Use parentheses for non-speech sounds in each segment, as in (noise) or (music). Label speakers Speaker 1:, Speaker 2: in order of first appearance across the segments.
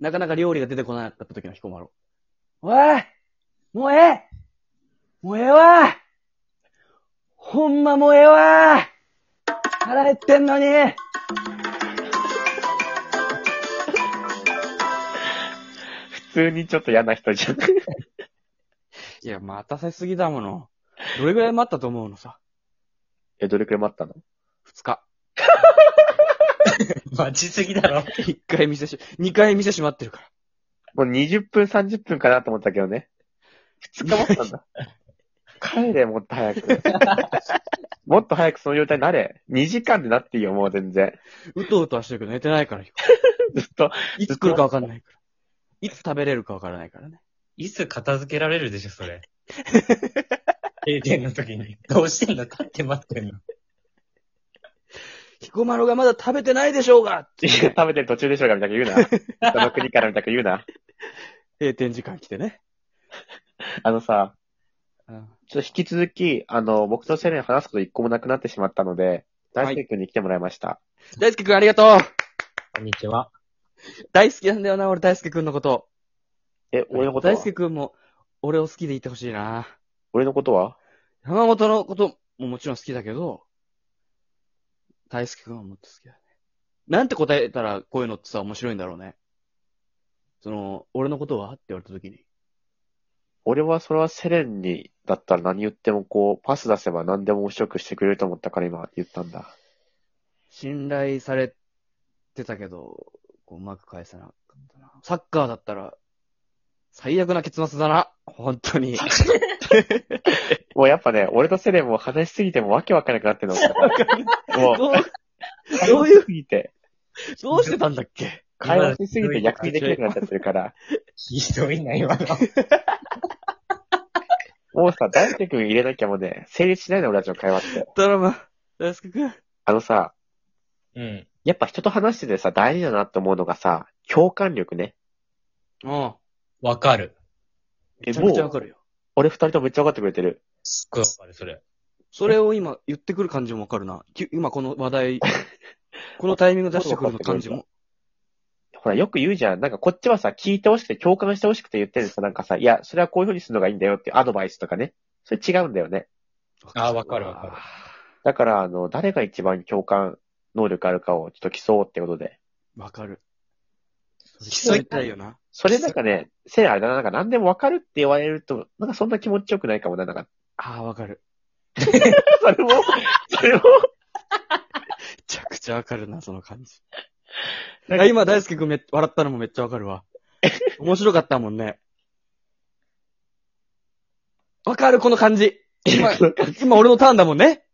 Speaker 1: なかなか料理が出てこなかった時の彦摩呂。おいもうええもうええわほんまもうええわ腹減ってんのに
Speaker 2: 普通にちょっと嫌な人じゃん。
Speaker 1: いや、待たせすぎだもの。どれぐらい待ったと思うのさ。
Speaker 2: (laughs) え、どれくらい待ったの
Speaker 1: 二日。
Speaker 3: (laughs) 待ちすぎだろ。
Speaker 1: 一回店し、二回店閉まってるから。
Speaker 2: もう20分、30分かなと思ったけどね。2日待ったんだ。帰れ、もっと早 (laughs) く。もっと早くその状態になれ。2時間でなっていいよ、もう全然。
Speaker 1: うとうとはしてるけど寝てないから。
Speaker 2: ずっと、
Speaker 1: いつ来るかわかんないから。いつ食べれるかわからないからね。
Speaker 3: いつ片付けられるでしょ、そ (laughs) れ。停電の時に。どうしてんだ立って待ってんの。
Speaker 1: 彦摩呂がまだ食べてないでしょうが
Speaker 2: いや食べてる途中でしょうが、みたいなこと言うな。その国からみたいなこと言うな。
Speaker 1: 閉店時間来てね。
Speaker 2: あのさ、
Speaker 1: うん
Speaker 2: ちょっと引き続き、あの、僕とセレン話すこと一個もなくなってしまったので、
Speaker 1: はい
Speaker 2: 大輔君に来てもらいました。
Speaker 1: 大輔くんありがとう
Speaker 3: こんにちは。
Speaker 1: 大好きなんだよな、俺大輔くんのこと。
Speaker 2: え、俺のことは
Speaker 1: 大輔くんも、俺を好きでいてほしいな。
Speaker 2: 俺のことは
Speaker 1: 山本のことももちろん好きだけど、大輔くんはもっと好きだね。なんて答えたらこういうのってさ、面白いんだろうね。その、俺のことはって言われた時に。
Speaker 2: 俺はそれはセレンに、だったら何言ってもこう、パス出せば何でも面白くしてくれると思ったから今言ったんだ。
Speaker 1: 信頼されてたけど、こううまく返せなかったな。サッカーだったら、最悪な結末だな。本当に。
Speaker 2: もうやっぱね、俺とセレンも話しすぎてもわけわかんなくなってるの。も
Speaker 1: どう
Speaker 2: う、
Speaker 1: どういう
Speaker 2: 話しすぎて、
Speaker 1: どうしてたんだっけ
Speaker 2: 会話しすぎて逆転できなくなっちゃってるから、
Speaker 3: ひどいな、今の。
Speaker 2: もうさ、大輔君入れなきゃもうね、成立しないの俺たちの会話って。
Speaker 1: ドラマ、大輔くん。
Speaker 2: あのさ、
Speaker 3: うん。
Speaker 2: やっぱ人と話しててさ、大事だなって思うのがさ、共感力ね。
Speaker 1: うん。
Speaker 3: わかる。
Speaker 2: え
Speaker 1: めちゃくちゃわかるよ。
Speaker 2: 俺二人ともめっちゃ分かってくれてる。
Speaker 3: すっごいわかる、それ。
Speaker 1: それを今言ってくる感じもわかるな。きゅ今この話題、このタイミング出してくるの感じも。
Speaker 2: ほら、よく言うじゃん。なんかこっちはさ、聞いてほしくて、共感してほしくて言ってるんですよ。なんかさ、いや、それはこういう風にするのがいいんだよっていうアドバイスとかね。それ違うんだよね。
Speaker 3: あーわかるわかる
Speaker 2: だから、あの、誰が一番共感能力あるかをちょっと競おうってことで。
Speaker 1: る。わかる。
Speaker 3: 競い
Speaker 1: たいよな。
Speaker 2: それなんかね、せいあれだな、なんか何でも分かるって言われると、なんかそんな気持ちよくないかもな、なんか。 (laughs)
Speaker 1: ああ、わかる。
Speaker 2: それも、それ
Speaker 1: め
Speaker 2: も、
Speaker 1: ちゃくちゃわかるな、その感じ。
Speaker 2: なんか
Speaker 1: 今、大輔くんめ笑ったのもめっちゃわかるわ。面白かったもんね。わかる、この感じ。今、今俺のターンだもんね。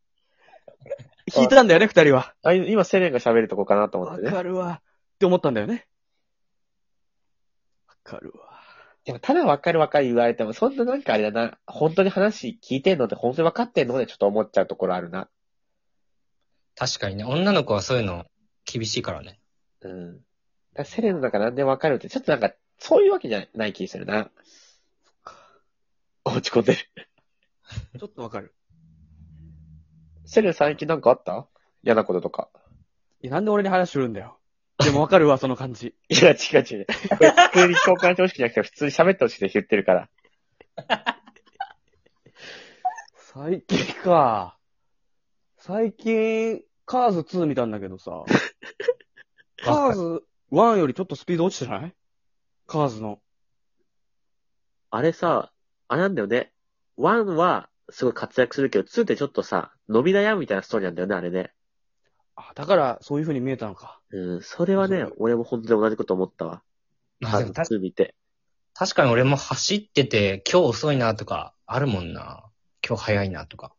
Speaker 1: 引いたんだよね、二人は。
Speaker 2: あ今、セレンが喋るとこかなと思っ
Speaker 1: わ
Speaker 2: てね。
Speaker 1: かるわ。って思ったんだよね。わかるわ。
Speaker 2: でも、ただ分かる分かる言われても、そんななんかあれだな、本当に話聞いてんのって本当に分かってんのでちょっと思っちゃうところあるな。
Speaker 3: 確かにね、女の子はそういうの厳しいからね。
Speaker 2: うん。だからセレンの中何でも分かるって、ちょっとなんか、そういうわけじゃない気するな。落ち込んでる。
Speaker 1: ちょっとわかる。
Speaker 2: セレン最近なんかあった嫌なこととか。
Speaker 1: いや、なんで俺に話するんだ (laughs) よ。でもわかるわ、その感じ。
Speaker 2: いや、違う違う。これ普通に共感してほしくじゃなくて、普通に喋ってほしくて言ってるから。
Speaker 1: 最近か。最近、カーズ2見たんだけ (laughs) どさ。カーズ1よりちょっとスピード落ちてないカーズの。
Speaker 2: あれさ、あれなんだよね。1は、すごい活躍するけど、2ってちょっとさ、伸び悩むみたいなストーリーなんだよね、あれね。
Speaker 1: あ、だから、そういう風に見えたのか。
Speaker 2: うん、それはね、俺も本当に同じこと思ったわ。
Speaker 3: まあでもた
Speaker 2: 2見て。
Speaker 3: 確かに俺も走ってて、今日遅いなとか、あるもんな。今日早いなとか。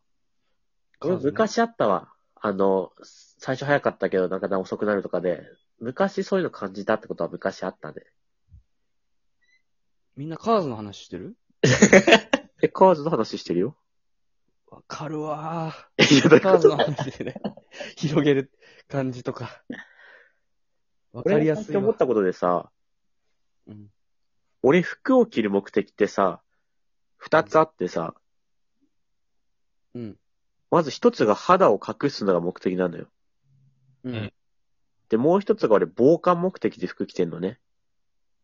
Speaker 2: 俺昔あったわ。あの、最初早かったけど、なんか遅くなるとかで、昔そういうの感じたってことは昔あったね。
Speaker 1: みんなカーズの話してる
Speaker 2: え、カーズの話してるよ。
Speaker 1: わかるわ (laughs)
Speaker 2: いや、
Speaker 1: ー。
Speaker 2: だ
Speaker 1: カーズの
Speaker 2: か
Speaker 1: 話で (laughs) ね、広げる感じとか。わか
Speaker 2: ら、
Speaker 1: り
Speaker 2: り
Speaker 1: や
Speaker 2: や
Speaker 1: す
Speaker 2: す
Speaker 1: い
Speaker 2: い。思
Speaker 1: わ
Speaker 2: っ。たことでさ、
Speaker 1: うん
Speaker 2: 俺服を着る目的ってさ、二つあってさ、
Speaker 1: うん。
Speaker 2: まず一つが肌を隠すのが目的なのよ。
Speaker 1: うんん。
Speaker 2: で、もう一つが俺防寒目的で服着てんのね。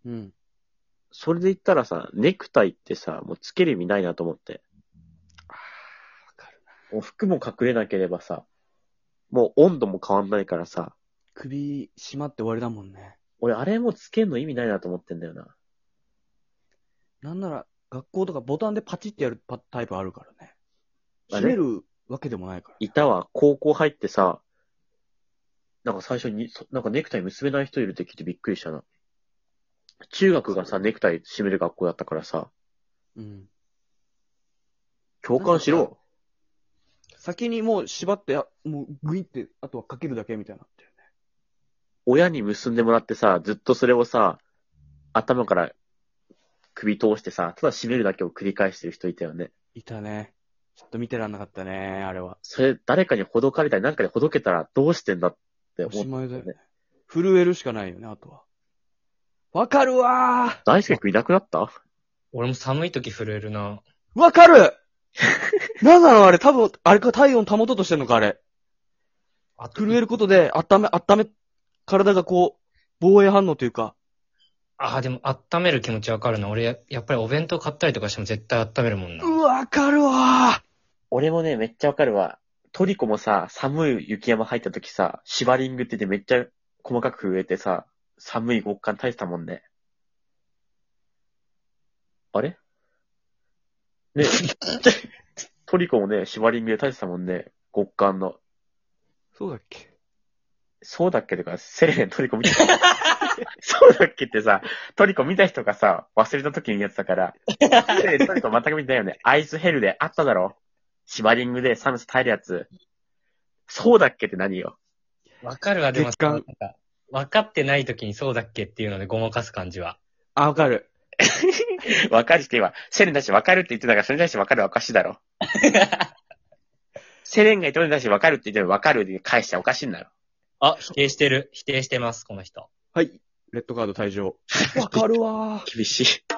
Speaker 1: うん。
Speaker 2: それで言ったらさ、ネクタイってさ、もうつける意味ないなと思って。
Speaker 1: わかるな。
Speaker 2: もう服も隠れなければさ、もう温度も変わんないからさ、
Speaker 1: 首締まって終わりだもんね。
Speaker 2: 俺あれもつけるの意味ないなと思ってんだよな。
Speaker 1: なんなら、学校とかボタンでパチってやるパタイプあるからね。
Speaker 2: あ
Speaker 1: 締
Speaker 2: れ
Speaker 1: めるわけでもないから、
Speaker 2: いたわ、高校入ってさ、なんか最初に、そなんかネクタイ結べない人いるって聞いてびっくりしたな。中学がさ、ネクタイ締める学校だったからさ、
Speaker 1: うん。
Speaker 2: 共感しろ。
Speaker 1: 先にもう縛って、あもうグイって、あとはかけるだけみたいになってるね。
Speaker 2: 親に結んでもらってさ、ずっとそれをさ、頭から首通してさ、ただ締めるだけを繰り返してる人いたよね。
Speaker 1: いたね。ちょっと見てらんなかったね、あれは。
Speaker 2: それ、誰かにほどかれたり、なんかにほどけたらどうしてんだって
Speaker 1: おし
Speaker 2: 思う。
Speaker 1: まいだよね。震えるしかないよね、あとは。わかるわ
Speaker 2: 大輔君いなくなった
Speaker 3: 俺も寒い時震えるな。
Speaker 1: ーわかる (laughs) なんなのあれ、多分、あれか体温保とうとしてんのか、あれ。
Speaker 3: あ
Speaker 1: 震えることで、温め、温め、体がこう、防衛反応というか、
Speaker 3: ああ、でも温める気持ちわかるな。俺や、やっぱりお弁当買ったりとかしても絶対温めるもんな。
Speaker 1: うわわかるわ
Speaker 2: 俺もね、めっちゃわかるわ。トリコもさ、寒い雪山入った時さ、シバリングって言ってめっちゃ細かく植えてさ、寒い極寒耐えてたもんね。あれね、トリコもね、シバリングで耐えてたもんね。極寒の。
Speaker 1: ーそうだっけ
Speaker 2: そうだっけとか、セレントリコ見た。 (laughs) そうだっけってさ、トリコ見た人がさ、忘れた時にやってたから、セレントリコ全く見てないよね。アイスヘルであっただろシバリングで寒さ耐えるやつ。そうだっけって何よ。
Speaker 3: わかるわ、でも
Speaker 1: 血管
Speaker 3: なんか分かってない時にそうだっけっていうのでごまかす感じは。
Speaker 1: あ、わかる。
Speaker 2: わかるって今、セレンだしわかるって言ってたから、それに対してわかるはおかしいだろ。セレンが言ってるのに対してわかるって言ってわかるで返したらおかしいんだろ。
Speaker 3: あ、否定してる。否定してます、この人。
Speaker 1: はい。レッドカード退場。わかるわー
Speaker 2: 厳しい。